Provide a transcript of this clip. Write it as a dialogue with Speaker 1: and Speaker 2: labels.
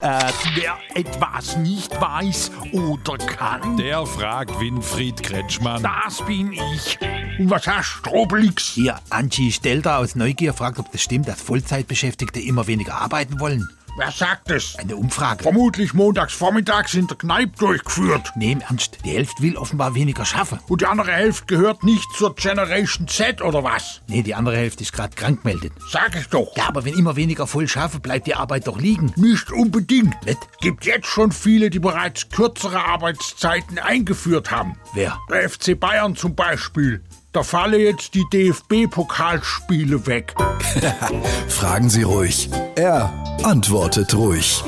Speaker 1: Äh, wer etwas nicht weiß oder kann,
Speaker 2: Der fragt Winfried Kretschmann.
Speaker 1: das bin ich. Und was hast Strobelix?
Speaker 3: Hier, Angie Stelter aus Neugier fragt, ob das stimmt, dass Vollzeitbeschäftigte immer weniger arbeiten wollen.
Speaker 1: Wer sagt es?
Speaker 3: Eine Umfrage.
Speaker 1: Vermutlich montags vormittags in der Kneipe durchgeführt.
Speaker 3: Nee, im Ernst, die Hälfte will offenbar weniger schaffen.
Speaker 1: Und die andere Hälfte gehört nicht zur Generation Z oder was?
Speaker 3: Nee, die andere Hälfte ist gerade krank gemeldet.
Speaker 1: Sag es doch.
Speaker 3: Ja, aber wenn immer weniger voll schaffen, bleibt die Arbeit doch liegen.
Speaker 1: Nicht unbedingt.
Speaker 3: Nicht?
Speaker 1: Es gibt jetzt schon viele, die bereits kürzere Arbeitszeiten eingeführt haben.
Speaker 3: Wer?
Speaker 1: Der FC Bayern zum Beispiel. Da falle jetzt die DFB-Pokalspiele weg.
Speaker 4: Fragen Sie ruhig. Er antwortet ruhig.